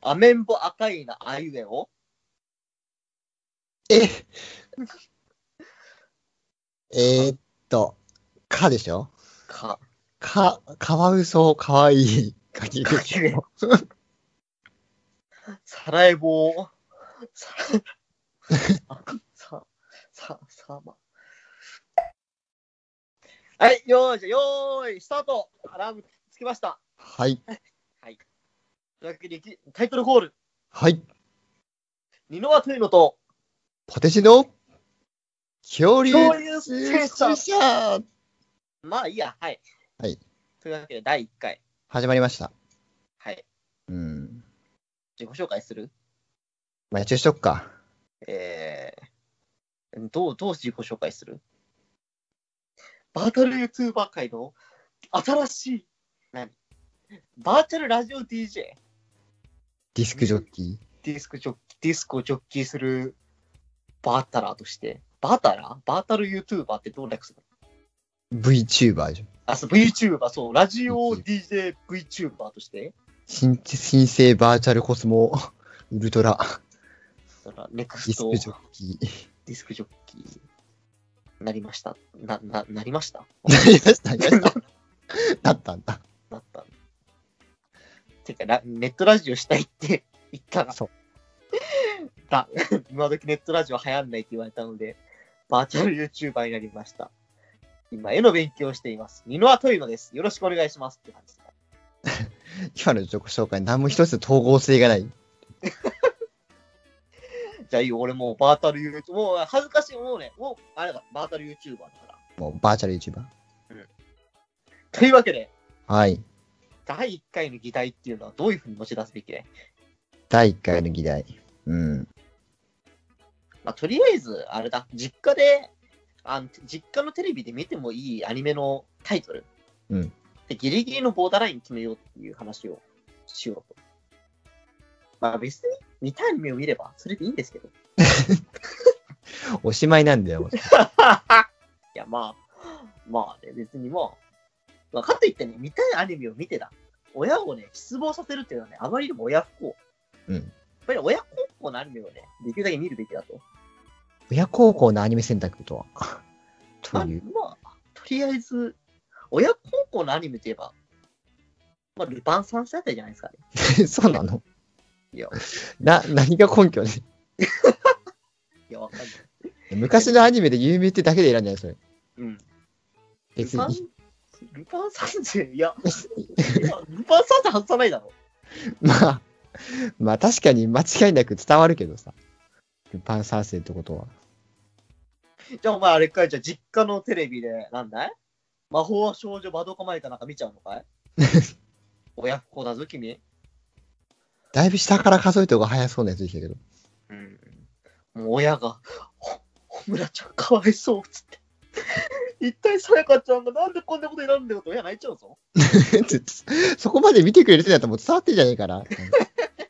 アメンボ赤いなあいうえおええーっと、かでしょか。か、かわうそう、かわいい、かきかき氷 サラエボを さ、さ、さ、さ、ま。はい、よーいしょ、よーい、スタートアラームつきました。はい、というわけでタイトルコール、はい、ニノワトゥイノと、ポテチの恐竜恐竜出戦車者まあいいや、はい。はい。というわけで、第1回。始まりました。はい。うん。自己紹介するまあ、野球しとくか。えー、どう、どう自己紹介するバーチャル YouTuber 界の新しい、何バーチャルラジオ DJ? ディスクジョッキディスクジョッキ、ディスクをジョッキーするバータラーとして。バータラーバータル YouTuber ってどう略するー、VTuber じゃん。あ、そう、VTuber、そう、ラジオ DJVTuber として、新新生バーチャルコスモウルトラそのネクディスストクジョッキー。ディスクジョッキーなりました。な、な、なりま したなりました、なりました。なったんだ。なった。てかラ、ネットラジオしたいって 言ったら、そうだ、 今時ネットラジオ流行んないって言われたので、バーチャル YouTuber になりました。今、絵の勉強をしています。ニノアトイノです。よろしくお願いしますって感じだ。今の自己紹介、何も一つ統合性がない。じゃあいいよ、俺もうバーチャル YouTuber、もう恥ずかしい、もうね、もう、あれだ、バーチャル YouTuber だから。もうバーチャル YouTuber。というわけで、はい。第1回の議題っていうのはどういうふうに持ち出すべきで、第1回の議題。うん。まあ、とりあえず、あれだ、実家で、あの実家のテレビで見てもいいアニメのタイトル。うんで、ギリギリのボーダーライン決めようっていう話をしようと。まあ別に見たいアニメを見ればそれでいいんです けど。いおしまいなん だよ。やまあ、まあね、別にまあ、まあ、かといってね、見たいアニメを見てだ。親をね、失望させるっていうのはね、あまりにも親不孝。うん。やっぱり親孝行のアニメをね、できるだけ見るべきだと。親孝行のアニメ選択 とは。とまあいう。、まあ、とりあえず、親孝行のアニメといえば、まあ、ルパン三世あたりじゃないですかね。そう なのいや、な、何が根拠でいや、わかんない。昔のアニメで有名ってだけで選んじゃないそれ。うん。ル別パンに。、ルパン三世、いや、いやルパン三世外さないだろ。 まあ、まあ確かに間違いなく伝わるけどさ。ルパン三世ってことは。じゃあ、お前、あれかい、じゃあ、実家のテレビで、なんだい魔法少女バドカマイカなんか見ちゃうのかい親不孝だぞ、君。だいぶ下から数えた方が早そうなやつでしたけど。 うん。もう親が、ほ、ほむらちゃんかわいそう、つって。一体さやかちゃんがなんでこんなことになるんだよと親泣いちゃうぞ。つつそこまで見てくれる人だったらもう伝わってんじゃね えから。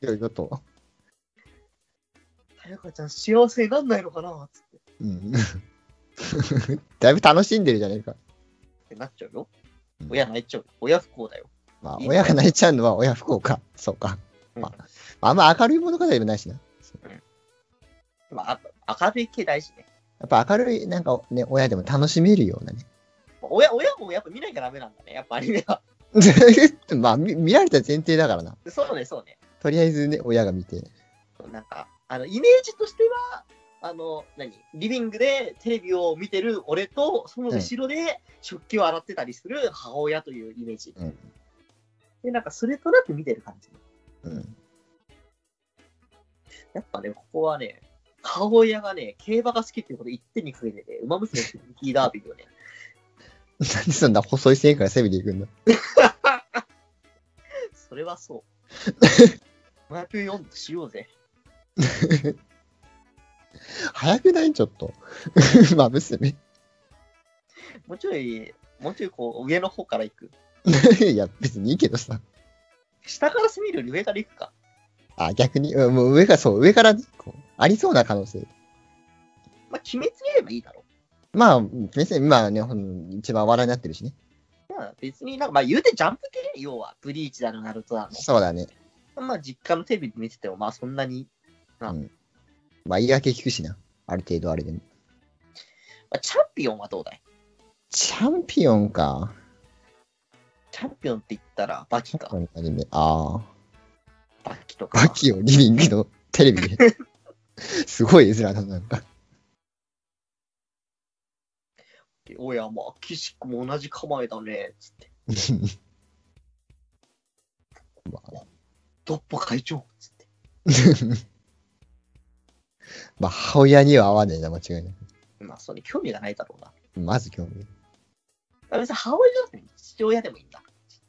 いろいろと。さやかちゃん幸せになんないのかなつっうん。 だいぶ楽しんでるじゃねえか。てなっちゃうよう。ん親泣いちゃうよ。親不幸だよ。まあ、親が泣いちゃうのは親不幸か。そうか。まあんま明るい物語でもないしな。まあ、あ明るい系大事ね。やっぱ明るい、なんかね、親でも楽しめるようなね。 まあ親親もやっぱ見なきゃダメなんだね。やっぱアニメは。まあ見、見られた前提だからな。そうね、そうね。とりあえずね、親が見て。なんか、あの、イメージとしては、あの、何リビングでテレビを見てる俺と、その後ろで食器を洗ってたりする母親というイメージ。うんで、なんか、それとなく見てる感じ。うん。やっぱね、ここはね、母親がね、競馬が好きっていうこと一点にかけてね、馬娘のミッキーダービーをね、なんでそんな細い線から攻めていくんだ。それはそう。504しようぜ。早くないちょっと。 まあ、娘。もうちょい、もうちょいこう上の方から行く。いや、別にいいけどさ。下から攻めるより上から行くか。あ、逆に、うんもう上から、そう、上から、こう、ありそうな可能性。まあ、鬼滅見ればいいだろまあ、別に、まあね、ほん一番話題になってるしね。う。まあ、別になんか、まあ言うてジャンプ系要は。ブリーチだの、ナルトだの。そうだね。まあ、実家のテレビで見てても、まあ、そんなに、まあ、言い訳聞くしな。ある程度あれでも。まあ、チャンピオンはどうだいチャンピオンか。チャンピオンって言ったら、バキか。アニメ。ああ。バキとか。バキをリビングのテレビで。 すごい絵面だな、なんか。おや、まあ、岸君も同じ構えだね。つって。まあ、ドッポ会長。つって。まあ、母親には合わねえな、間違いなまあ、それ興味がないだろうな。く。まず興味。あ別に母親じゃなくて父親でもいいんだ。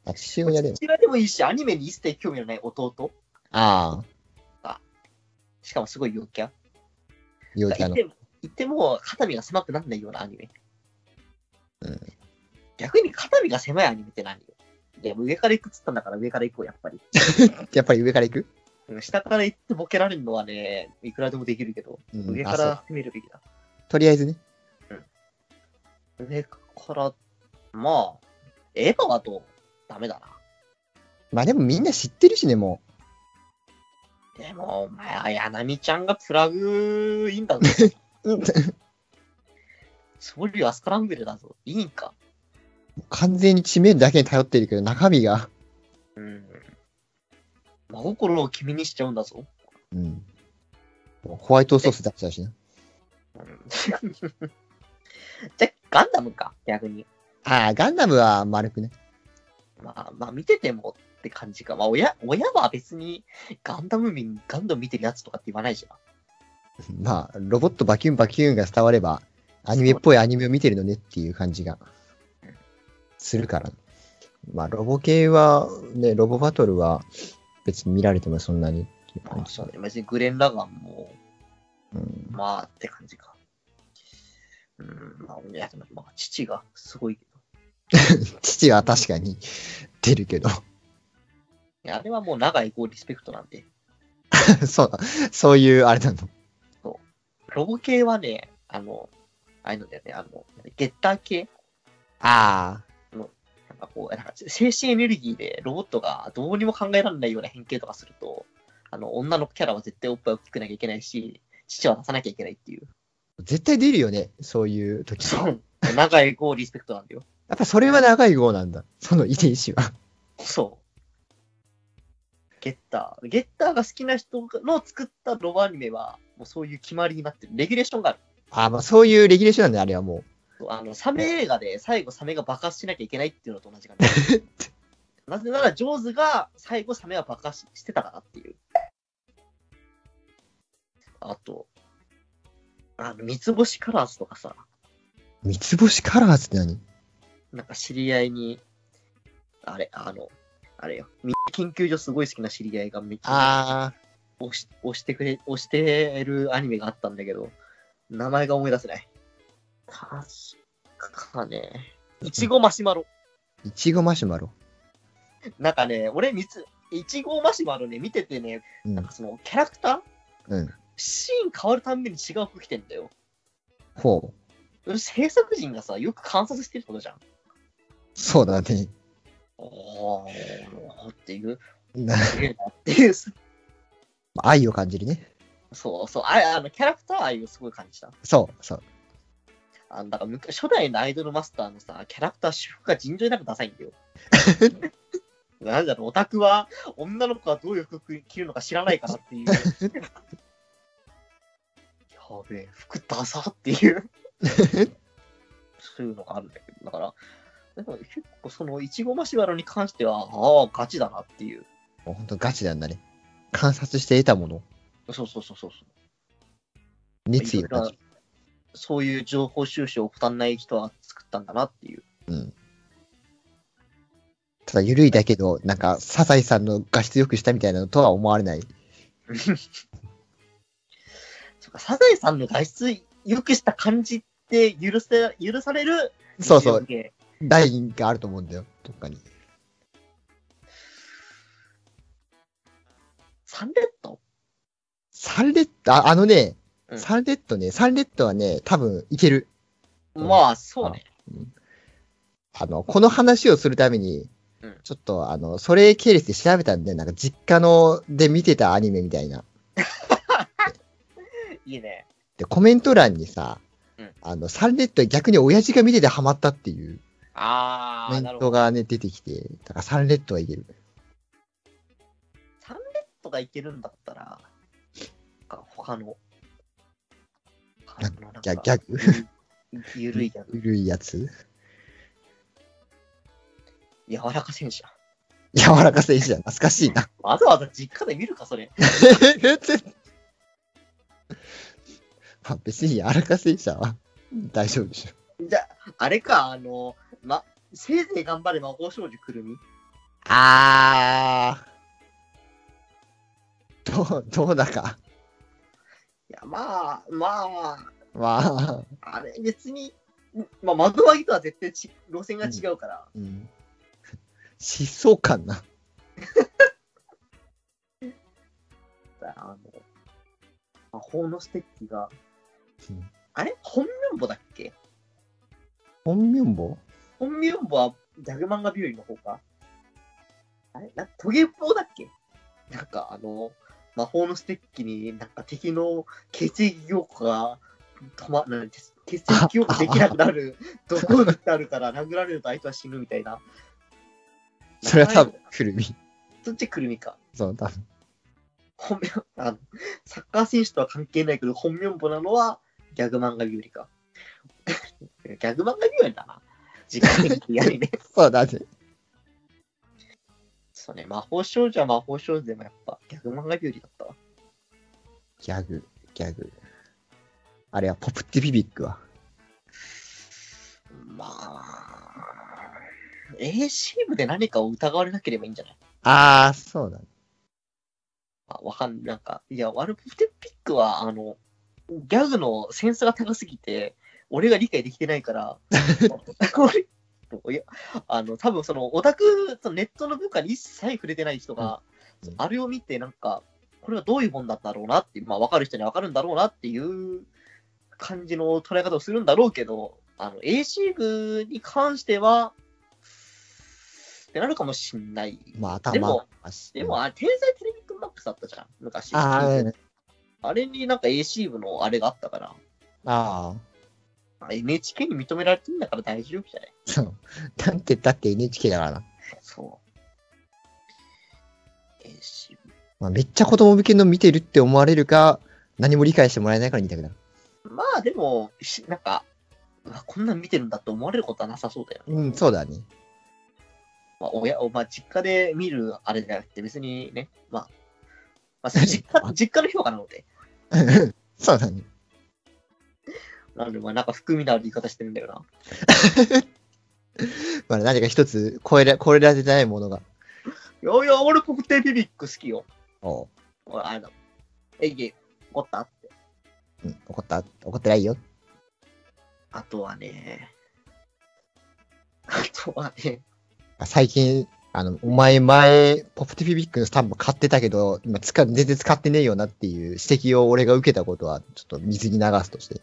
あ、父親でも。父親でもいいし、アニメに一切興味のない弟。ああ、しかもすごい陽キャ。陽キャ言っの。ても、言っても肩身が狭くならないようなアニメ。うん逆に肩身が狭いアニメって何よいや、上から行くっつったんだから上から行こう、やっぱり。やっぱり上から行くうん下から行ってボケられるのはね、いくらでもできるけど、うん上かあそうら攻めるべきだ。とりあえずね。上から、まあ、エヴァはどうダメだまあでもみんな知ってるしね、もな。でも、お前、綾波ちゃんがプラグイン だぞ。う。うんソリュアスカランベルだぞ。いいんか。完全に知名度だけに頼ってるけど、中身が。うん。真心を君にしちゃうんだぞ。うん。ホワイトソース出したしな。じゃ、ガンダムか、逆に。ああ、ガンダムは丸くね。まあ、まあ、見ててもって感じか。まあ、親、親は別に、ガンダム民、ガンダム見てるやつとかって言わないじゃん。まあ、ロボットバキュンバキュンが伝われば、アニメっぽいアニメを見てるのねっていう感じがするから。まあ、ロボ系は、ね、ロボバトルは別に見られてもそんなにっていうま感あ、じそうだね。別にグレン・ラガンも、うん、まあ、って感じか。うん、まあ、いや、でも、まあ、父がすごいけど。父は確かに 出るけど、 いや、あれはもう長い子リスペクトなんで。そう、そういうあれなの。ロボ系はね、あの、ああいうのだよね、あの、ゲッター系ああ、なんかこう、なんか精神エネルギーでロボットがどうにも考えられないような変形とかすると、あの、女のキャラは絶対おっぱい大きくなきゃいけないし、父は出さなきゃいけないっていう。絶対出るよね、そういう時。やっう。長い子をリスペクトなんだよ。ぱそれは長い号なんだ、その遺伝子は。そう。ゲッター。ゲッターが好きな人の作ったロボアニメは、もうそういう決まりになってる。レギュレーションがある。ああ、まあそういうレギュレーションなんだよ、あれはもう。そうあの、サメ映画で最後サメが爆発しなきゃいけないっていうのと同じ感 じ。なぜなら、ジョーズが最後サメは爆発してたからっていう。あと、あの、三つ星カラーズとかさ、三つ星カラーズって何なんか知り合いに、あれ、あの、あれよ、み研究所すごい好きな知り合いがめっちゃああ、押し押してくれ、押してるアニメがあったんだけど、名前が思い出せない。確かね、いちごマシュマロ。いちごマシュマロ。なんかね、俺、みつ、いちごマシュマロね、見ててね、うんなんかその、キャラクターうんシーン変わるたんびに違う服着てんだよ。ほう。制作人がさ、よく観察してるってことじゃん。そうだね。 おー、っていう、なすげえなっていう、愛を感じるね。そうそう、ああの、キャラクター愛をすごい感じた。そう、そう。あの、だから昔、初代のアイドルマスターのさ、キャラクター主婦が尋常なくダサいんだ よ。なんだろう、オタクは女の子はどういう服着るのか知らないから っていう。やべえ、服ダサっていう。そういうのがあるんだけど、だから、だから結構その、いちごマシュマロに関しては、ああ、ガチだなっていう。もうほんとガチなんだね。観察して得たもの。そうそうそうそうそう。熱意を感じる。そういう情報収集を怠んない人は作ったんだなっていう。ただ、緩いだけど、なんか、サザエさんの画質良くしたみたいなのとは思われない。そっか、サザエさんの外出良くした感じって許せ、許される。そうそう、日常芸ラインがあると思うんだよ、どっかに。サンレッドサンレッド、ああのね、うんサンレッドね、サンレッドはね、多分いける。うんまあ、そうね。あの、この話をするために、うんちょっと、あの、それ系列で調べたんで、なんか実家ので見てたアニメみたいな。いいね。で、コメント欄にさ、うんあの、サンレッドは逆に親父が見ててハマったっていうあコメー、ンなるほトど。がね、出てきて、だからサンレッドはいける。サンレッドがいけるんだったら、なんか他の、他のなんギかャギャグゆゆるいギャグ。古いやつ柔らか戦士だ。柔らか戦士だ。懐かしいな。 わざわざ実家で見るか、それ。まあ別に柔らか戦士は 大丈夫でしょ。じゃあ、あれか、あの、ま、せいぜい頑張れ魔法少女くるみ。あー。どう、どうだか。いや、まあ、まあ、まあ、あれ、別に、んまあ、窓脇とは絶対ち路線が違うから、うん。疾走感な。あの、魔法のステッキが、うんあれ本名簿だっけ本名簿本名簿はギャグ漫画病院の方かあれなトゲ棒だっけなんかあの、魔法のステッキになんか敵の血液凝固が止ま、なん血血液凝固できなくなる、どこにあるから殴られると相手は死ぬみたいな。それは多分、くるみ。そっちくるみか。そう、多分。本名あのサッカー選手とは関係ないけど、本名簿なのはギャグ漫画よりか。 ギャグ漫画よりだな。時間的にやり ね。そうだね。そうね、魔法少女は魔法少女でもやっぱギャグ漫画よりだったわ。ギャグ、ギャグ。あれはポプティビビックは。まあ、AC 部で何かを疑われなければいいんじゃないあー、そうだね。あわかんなんか、いや、ワルプテピックは、あの、ギャグのセンスが高すぎて、俺が理解できてないから、 俺いやあの、多分その、オタク、そのネットの文化に一切触れてない人が、うんうんあれを見て、なんか、これはどういうもんだったろうなって、まあ、わかる人にはわかるんだろうなっていう感じの捉え方をするんだろうけど、あの、AC 部に関しては、ってなるかもしんない。まあ、で頭も。足でも、あれ、天才テレビくんマックスあったじゃん、昔。あー、ね、あれになんか AC 部のあれがあったから、あまあ NHK に認められてるんだから大丈夫じゃないー。そう。なんて言ったって NHK だからな。そう。AC まあ、めっちゃ子供向けの見てるって思われるか、何も理解してもらえないから見たくなる。部。まあでも、しなんか、うわこんなん見てるんだって思われることはなさそうだよね。うん、そうだね。まあ、親、まあ、実家で見るあれじゃなくて、別にね、まあ、まあ、それ実家実家の評価なので、そうだね。なので、まあ、なんか含みのある言い方してるんだよな。まあ、何か一つ超えら、超えられてないものが。いやいや、俺、ポプテビビック好きよ。おう俺あれだもん。えいえ、怒ったうん、怒った、怒ってないよ。あとはね、あとはね、最近、あの、お前前、ポプティフィビックのスタンプ買ってたけど、今使、全然使ってねえよなっていう指摘を俺が受けたことは、ちょっと水に流すとして。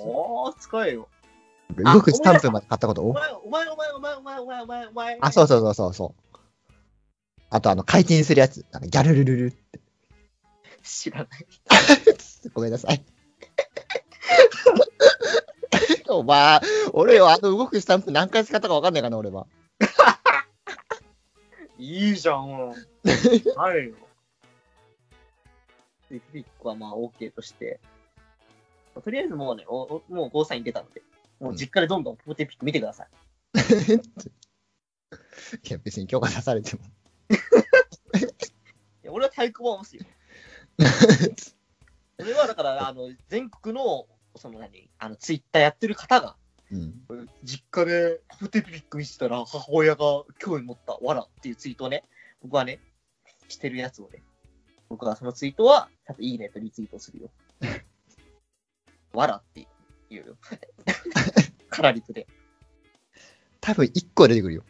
おー、使えよ。あ動くスタンプまで買ったことおお前、お前、お前、お前、お前、お前、お前、お前。あ、そうそうそうそうそう。あと、あの、回転するやつ。あのギャルルルル。知らない。ごめんなさい。お前、俺はあの動くスタンプ何回使ったか分かんないかな、俺は。いいじゃん。はいよ。で、ピックはまあ OK として、とりあえずもうね、おおもうゴーサイン出たので、もう実家でどんどんポテピック見てください。いや、別に許可出されても。いや俺は太鼓判を押す よ。俺はだから、あの、全国の、その何、あの、ツイッターやってる方が、うん。実家でポテピリック見てたら母親が興味持ったわらっていうツイートをね、僕はね、してるやつをね、僕はそのツイートは、多分いいねとリツイートするよ。 わらって言う よ。カラリプで。多分1個は出てくるよ。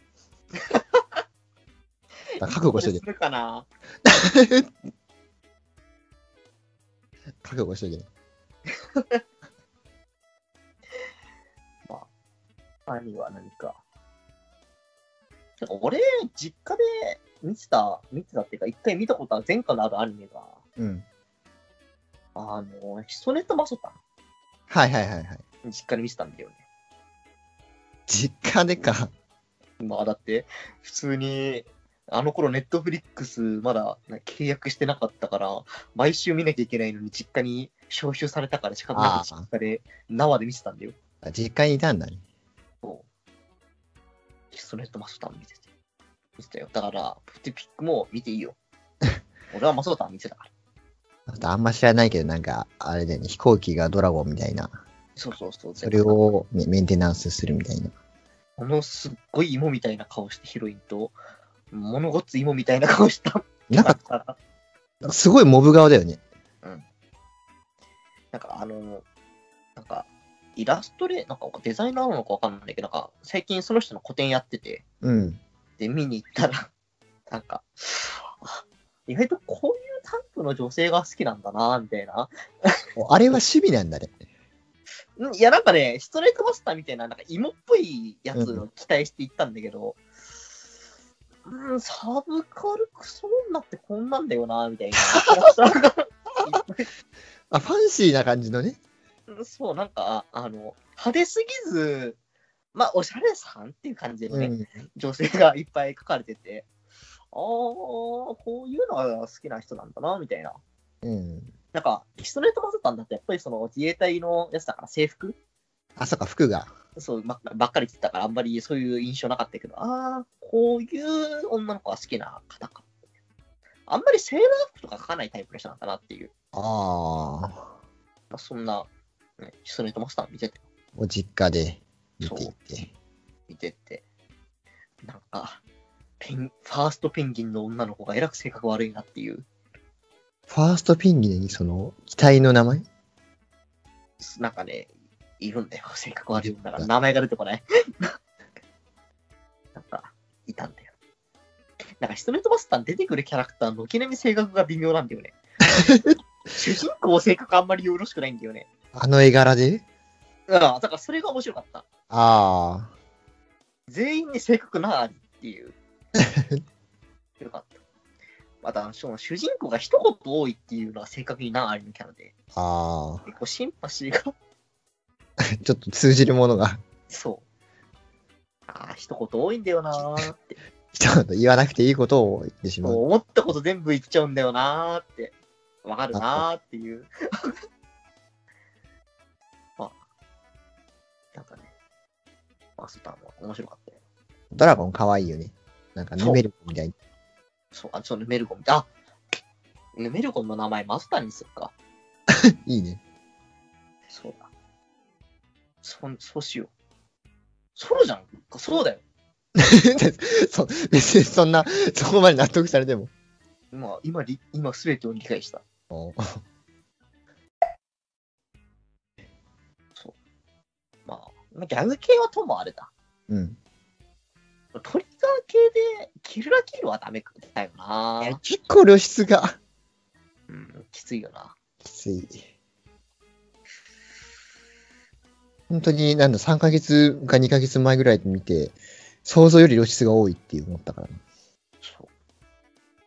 だから覚悟しといてす。るかな覚悟しといて。兄は何か。てか俺、実家で見てた、見てたっていうか、一回見たことは前科のあるアニメが、うん。あの、ヒソネとマソタはいはいはいはい。ン、実家で見てたんだよね。実家でか。まあ、だって、普通に、あの頃ネットフリックスまだな契約してなかったから、毎週見なきゃいけないのに、実家に招集されたから、仕方なくああ実家で生で見てたんだよ。あ実家にいたんだね。ヒストレットマスター見てて。見てたよ。だから、プティピックも見ていいよ。 俺はマスター見てたから。あとあんま知らないけど、なんか、あれだよね、飛行機がドラゴンみたいな。そうそうそう。それを、ね、メンテナンスするみたいな。ものすっごい芋みたいな顔してヒロインと、ものごっつ芋みたいな顔した。なんか、か、すごいモブ顔だよね。なんかあの、なんか、イラストレ、なんかデザイナーなのかわかんないけど、なんか、最近その人の個展やってて、うん。で、見に行ったら、 なんか、あ意外とこういうタイプの女性が好きなんだな、みたいな。あれは趣味なんだね。うんいや、なんかね、ストレートマスターみたいな、なんか芋っぽいやつを期待していったんだけど、うん、サブカルクソ女ってこんなんだよな、みたいな。あ、ファンシーな感じのね。うんそう、なんか、あの、派手すぎず、まあ、おしゃれさんっていう感じのね、うん。女性がいっぱい書かれてて、ああ、こういうのが好きな人なんだな、みたいな。うん。なんか、ストレートマスターだって、やっぱりその自衛隊のやつだから制服あ、そっか、服が。そうばっかばっかり言ってたから、あんまりそういう印象なかったけど、ああ、こういう女の子が好きな方か。あんまりセーラー服とか書かないタイプの人なんだなっていう、ああ。まあ、そんな、ね、ヒスネとマスター見てて、お実家で見ていて。見てて、なんか、ペン、ファーストペンギンの女の子がえらく性格悪いなっていう、ファーストピンギンにその、機体の名前なんかね、いるんだよ、 性格悪い女が。名前が出てこない。 なんか、いたんだよ。なんか、ヒスネとマスターに出てくるキャラクター、軒並み性格が微妙なんだよね。主人公性格あんまりよろしくないんだよね。あの絵柄でうん、だからそれが面白かった。あ全員に性格なありっていう。よかった。また、その主人公が一言多いっていうのは性格になありのキャラで、あ。あ結構シンパシーが、あ。ちょっと通じるものが。そう。ああ、一言多いんだよなーって。ちょっと言わなくていいことを言ってしまもうう。思ったこと全部言っちゃうんだよなーって。わかるなーっていう。 まあ、なんかね、マスターも面白かったよ。ドラゴン可愛いよね。なんかそね、うメルコみたいに。そう、あ、そう、ヌメルゴン。あヌメルゴンの名前マスターにするか。いいね。 そうだ。そ、そうしよう。そうじゃん。そうだよ。そ別にそんな、そこまで納得されても。今、今り、今すべてを理解した。おまあ、ギャグ系はともあれだ。うん。トリガー系で、キルラキルはダメだよいやな。結構露出がうん、きついよな。きつい。本当に、なんだ、3ヶ月か2ヶ月前ぐらいで見て、想像より露出が多いって思ったからね。そう。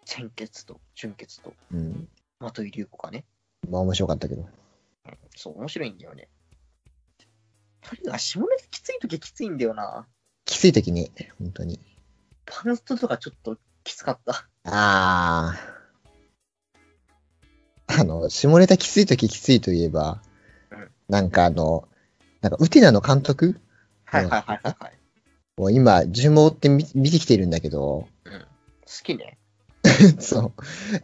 鮮血と純血と、うん。まとい流子がね。まあ面白かったけど。そう、面白いんだよね。トリガー、下ネタきついとききついんだよな。きつい時に、本当に。パンストとかちょっときつかった。ああ。あの、下ネタきつい時きついといえばうん、なんかあの、なんか、ウテナの監督はいはいはいはい、はい。を今、順を追って見見てきてるんだけど、 好きね。そう。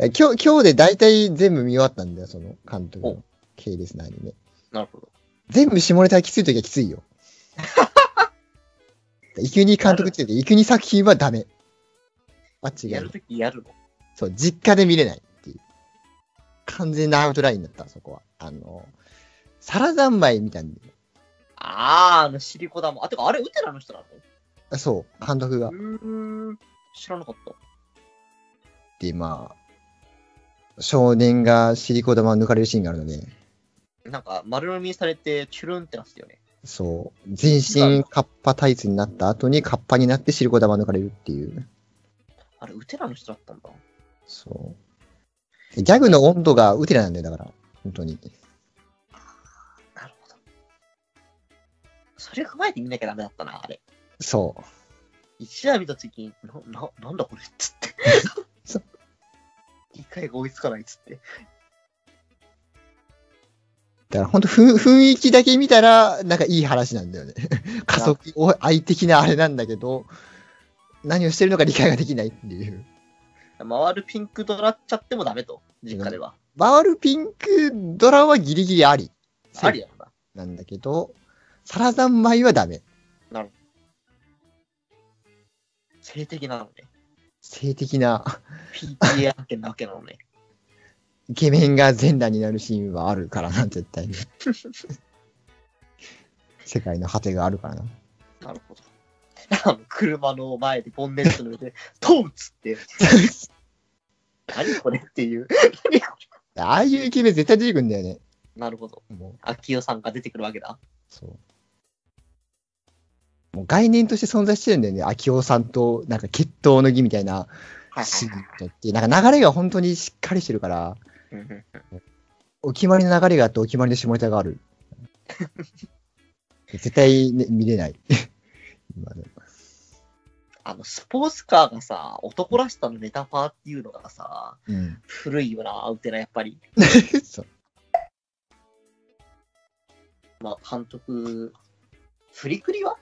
え今日、今日で大体全部見終わったんだよ、その監督のお系列なアニメ。なるほど。全部下ネタがきついときはきついよ。イクニ監督って言って、イクニ作品はダメ。あ、違やうる。ときやるの。そう、実家で見れないっていう。完全なアウトラインだった、そこは。あの、皿三昧みたいに。あー、あの、シリコだもん。あ、てか、あれ、ウテナの人なあそう、監督がの。うーん。知らなかった。で、まあ、少年がシリコ玉を抜かれるシーンがあるので、なんか、丸飲みされて、チュルンってなってたよね。そう、全身カッパタイツになった後にカッパになってシルコ玉抜かれるっていう。あれ、ウテラの人だったんだ。そう。ギャグの温度がウテラなんだよ、だから。本当に。なるほど。それを踏まえて見なきゃダメだったな、あれ。そう。一話見たときに、な、な、なんだこれっつって。 そう一回が追いつかないっつって。だから本当ふ雰囲気だけ見たら、なんかいい話な んだよね。加速を愛的なあれなんだけど、何をしてるのか理解ができないっていう。回るピンクドラっちゃってもダメと、実家では。バールピンクドラはギリギリあり。ありやろな。なんだけど、サラザンマイはダメ。性的なのね。性的な PTA 案件なわけなのね。イケメンが全裸になるシーンはあるからな、絶対に。世界の果てがあるからな。なるほど。あの車の前でボンネットの上で、 トンっつって、 何これっていう。 何こああいうイケメン絶対出てくるんだよね。れなるほど。もう、秋代さんが出てくるわけだ。そう。もう概念として存在してるんだよね。秋夫さんと、なんか決闘の儀みたいなはいシーはンとって、なんか流れが本当にしっかりしてるから、いはいうん。お決まりの流れがあってお決まりの下ネタがあ る。絶対、ね、見れない。 今のあの、スポーツカーがさ、男らしさのネタパーっていうのがさ、うん。古いよな、アウテナ、やっぱり。 そうまあ、監督、フリクリは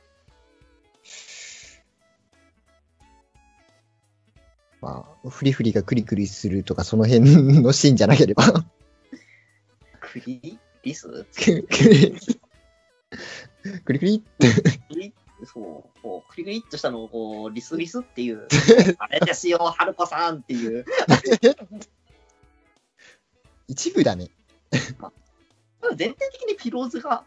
まあ、フリフリがクリクリするとか、その辺のシーンじゃなければ。 クリリスクリクリクリって。クリそう、こう、クリクリっとしたのを、こう、リスリスって いう、あれですよ、はるこさんっていう。一部だね。まあ全体的にピローズが、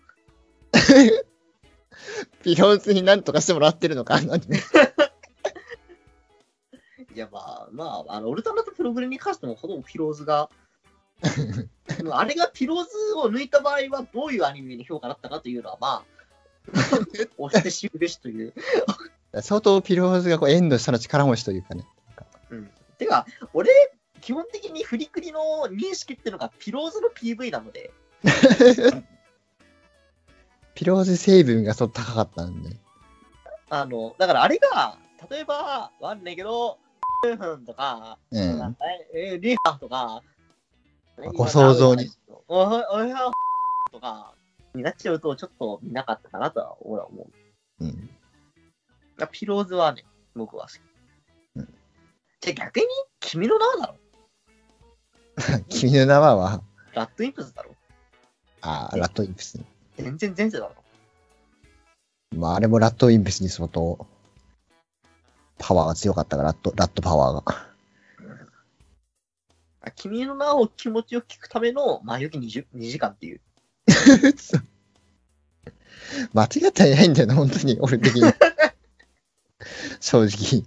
ピローズになんとかしてもらってるのか。いやまあ、まあ、あの、オルタナとプログレに関しても、ほとんどピローズが、でもあれがピローズを抜いた場合は、どういうアニメに評価だったかというのは、まあ、押して知るべしという。 相当ピローズがこうエンドしたの力持ちという かね。てか、俺、基本的にフリクリの認識っていうのが、ピローズの PV なので、ピローズ成分がそう高かったんで。あの、だからあれが、例えば、わかんないけど、ふんとか、うなんん。かえーリハとか、ご想像に。おはおはとか、になっちゃうと、ちょっと見なかったかなとは、俺は思う。うん。だからピローズはね、僕は好き。うんじゃあ逆に、君の名はだろ君の名は、ラッドインプスだろあーラットインプス。全然前世だろまあ、あれもラットインプスに相当、パワーが強かったから、ラット、ラットパワーが。 あ君の名を気持ちよく聞くための前置き 2, 2時間っていう。間違ってはいないんだよな、本当に、俺的に。 正直。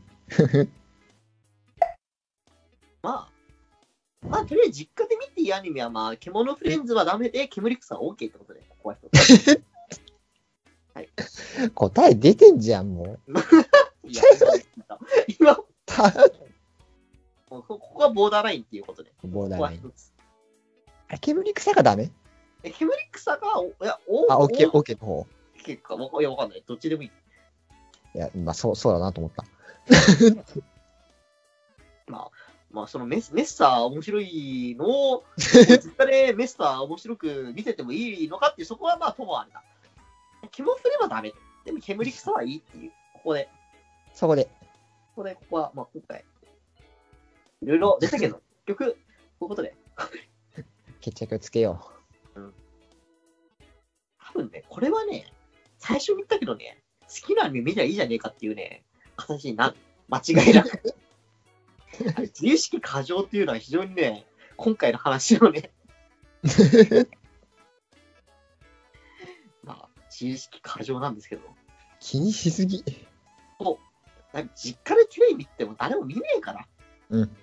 まあ、まあ、とりあえず実家で見ていいアニメは、まあ、獣フレンズはダメで、煙草は OK ってことで、ここは一つ。答え出てんじゃん、もう。いや 今、今たこここはボーダーラインっていうことで、ボーこダこーはライン一。つ。あ、煙草がダメえ煙草が、おいや、おあ、オッケー、おオッケーの方。結果、わかいやわかんない。どっちでもいい。いや、まあ、そう、そうだなと思った。まあ、そのメスメッサー面白いの を、実家でメッサー面白く見せてもいいのかっていう、そこはまあ、ともあれだ。気もすればダメ。でも、煙草はいいっていう、ここで、そこで。ここで、ここは、まあ、今回、いろいろ出たけど、結局、こういうことで、決着つけよ多分ね、これはね、最初に言ったけどね、好きなアニメ見りゃいいじゃねえかっていうね、形になる。間違いなく。あれ自意識過剰っていうのは非常にね、今回の話のね、まあ、自意識過剰なんですけど、う。気にしすぎ。なんか実家でテレビ見ても誰も見ねえから。うん。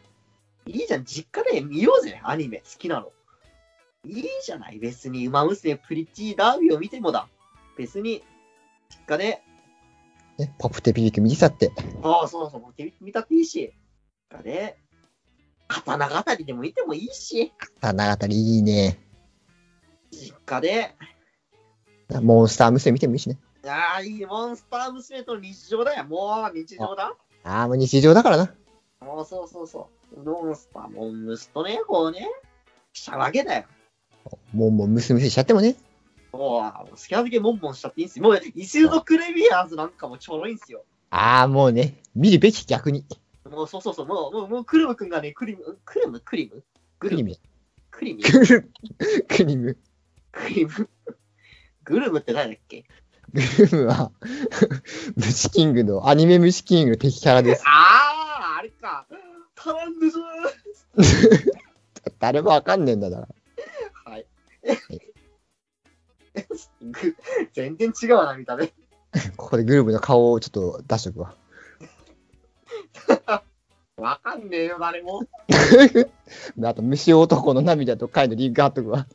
いいじゃん、実家で見ようぜ、アニメ、好きなの。いいじゃない、別に、ウマ娘、プリティーダービーを見てもだ。別に、実家で、ね、ポプテピリク見てたって。ああ、そうそう、テレビ見たっていいし、実家で、刀語りでも見てもいいし、花語りいいね。実家で、モンスター娘見てもいいしね。ああ、いい、モンスター娘との日常だよ。もう日常だ。ああ、もう日常だからな。もうそうそうそう。モンスター、モンムスとね、こうね、したわけだよ。もう、もう、娘しちゃってもね。もう、好きなだけモンモンしちゃっていいんすよ。もう、イシュードクレビアーズなんかもちょろいんすよ。ああ、もうね、見るべき逆に。もう、そうそうそう、もう、もう、もうクルム君がね、クリム、クルム、クリム、グクリルム、ム。クリム、クルム。クリム。クリム、グルムって誰だっけグルムは、 虫キングの、アニメ虫キングの敵キャラです。あー、あれか。タランドゥズ誰もわかんねえんだから。はい。ぐ全然違うな、見た目。ここでグルムの顔をちょっと出しとくわ。わかんねえよ、誰も。あと、虫男の涙と貝のリンク貼っとくわ。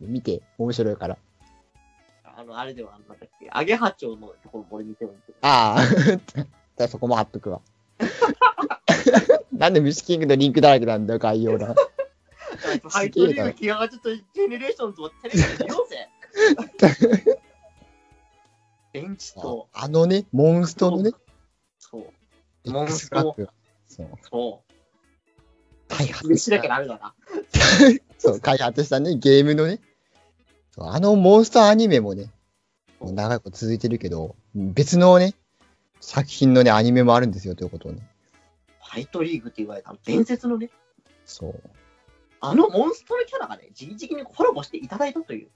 見て、面白いから。あの、あれでは、なんだっけ、アゲハチョウのところこれ見てもいいけどああ、じゃあそこも貼っ とくわ。なんで虫キングのリンクだらけなんだよ、概要欄。ハイトリーグ、キガガチョとジェネレーションズもテレビで見よう ぜ。ベンチと、あのね、モンストのね、そう、モンス X トフラッグがそうそ開う、発飯しだけたダメだな。そう開発したね、ゲームのね、そうあのモンスターアニメもね、もう長いこと続いてるけど、別のね、作品のね、アニメもあるんですよということをね。ハイトリーグって言われた伝説のね、そう。あのモンストのキャラがね、じ々にコラボしていただいたという。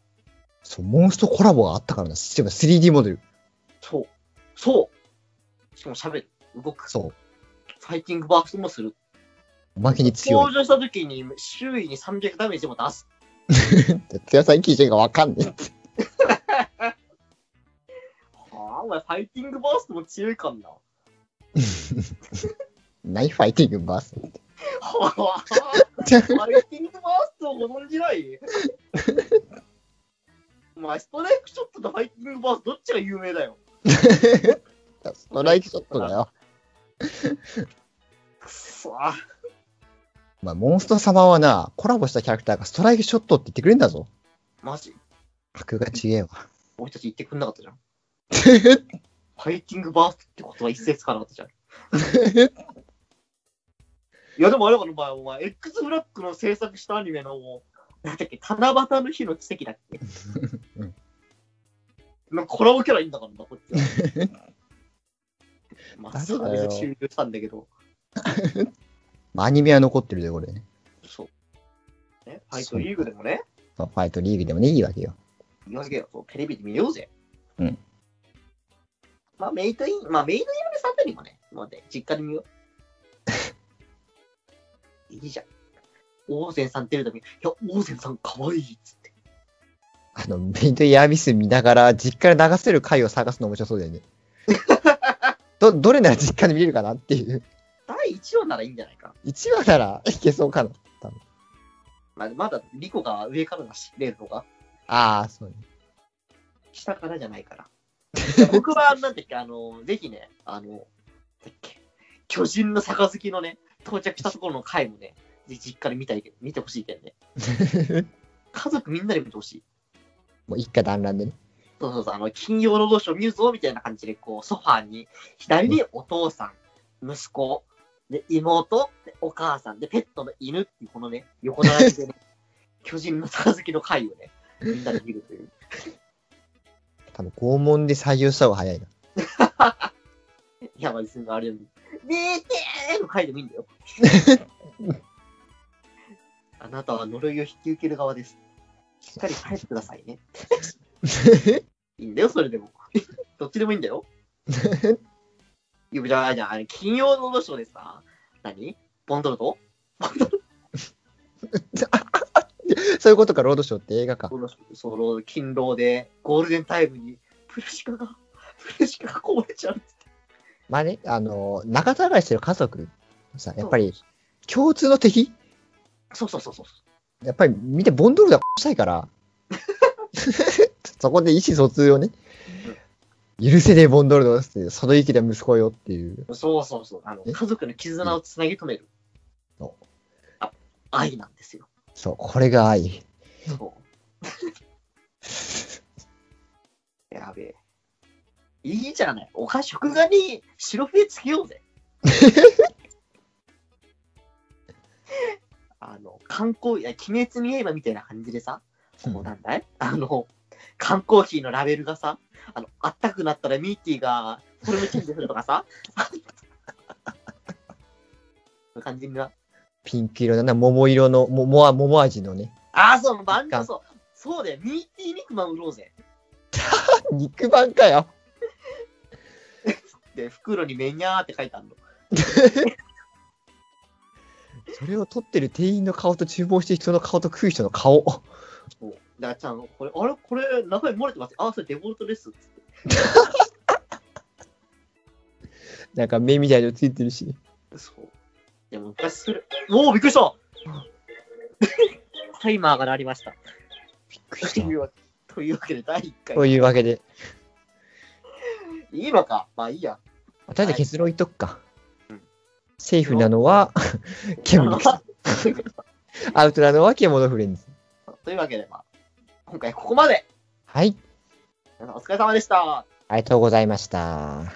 そう、モンストコラボがあったからな。しかも 3D モデル。そう。そう。しかも喋る。動く。そファイティングバーストもする。う。負けに強登い。場した時に周囲に300ダメージも出す。強さに聞いてるかわかんねえって。はあ、お前ファイティングバーストも強いかんな。ナイフファイティングバース。はあ、ファイティングバーストをご存じないお前、ストライクショットとファイティングバーストどっちが有名だよ。ストライクショットだよ。くそあまあ、モンスト様はな、コラボしたキャラクターがストライクショットって言ってくれるんだぞ。マジ格が違えわ。俺たち言ってくんなかったじゃ ん。ファイティングバーストってことは一切つかなかったじゃん。 いやでもあれかな、お前、お前、X フラッグの制作したアニメの、なんだっけ、七夕の日の奇跡だっけうんなんかコラボキャラいいんだからな、こっちは。 まあ、そ誰こだでよ終了したんだけど、まあ、アニメは残ってるで、これね。そう。ね、ファイトリーグでもね、まあファイトリーグでもね、いいわけよ。言わせけよ、そうテレビで見ようぜ。うん。まあ、メイトイン、まあ、メイトインのサタリもね、もうね、実家で 見よう。いいじゃん。大善さん出るたびに、いや、大善さんかわいいっつって。あの、メイトイアビス見ながら、実家で流せる回を探すの面白そうだよね。ど、どれなら実家で見れるかなっていう。第1話ならいいんじゃないかな。 1話ならいけそうかな。まあ、まだ、リコが上からだし、レールとか、ああ、そうね。下からじゃないから。いや僕は、なんだっけ、あの、ぜひね、あの、なんだっけ、巨人の杯のね、到着したところの回もね、ぜひ実家で見たいけど、見てほしいけどね。家族みんなで見てほしい。もう一家団らんでね。そうそうそう、あの、金曜ロードショー見るぞみたいな感じで、こう、ソファーに、左にお父さん、息子、で、妹、で、お母さん、で、ペットの犬っていう、このね、横並びでね、巨人の杯の回をね、みんなで見るという。多分拷問で採用した方が早いな。いや、まあ、別にあれ、見てーの回でもいいんだ よ。あなたは呪いを引き受ける側です。しっかり帰ってくださいね。いいんだよ、それでも。どっちでもいいんだよ。いやじゃあ、じゃあ、あれ金曜ロードショーでさ、何ボンドルとそういうことか、ロードショーって映画か。このその勤労でゴールデンタイムにプルシカが、プルシカがこぼれちゃう。まあね、あの、仲違いしてる家族、さ、やっぱり共通の敵そうそうそうそう。やっぱりみんなボンドルダしたいから、 そこで意思疎通をね、許せねえボンドルドスって、その意気で息子よっていう、そうそうそう。あのえ家族の絆をつなぎ止めるうんそ。あ愛なんですよ。そう、これが愛。そう。 やべえ。いいじゃない。おか食画に白フィレつけよう ぜ。あの、観光、いや、鬼滅の刃みたいな感じでさ、こうなんだい、あの、缶コーヒーのラベルがさ、あの、あったくなったらミーティーがフォルムチェンジするとか さ、そういう感じにな。ピンク色だな、桃色の、ももあ桃味のね、 ああ、そう、バンドそう。そうだよ、ミーティー肉まん売ろうぜ。肉まんかよ。で、袋にめにゃーって書いてあるの。それを取ってる店員の顔と注文してる人の顔と食う人の顔。 そうだからちゃん、これ、あれこれ、中身漏れてます。あ、それデフォルトです。つってなんか目みたいのついてるし。そう。でも、昔する。おお、びっくりしたタイマーが鳴りました。びっくりとしいた。うわけ というわけで、第1と回。いうわけで、いいのかまあいいや。とりあえず結論言っとくか。セーフなのは、獣草。アウトなのは獣フレンズ。 というわけで、まあ、今回ここまで。はい、皆さんお疲れ様でした。ありがとうございました。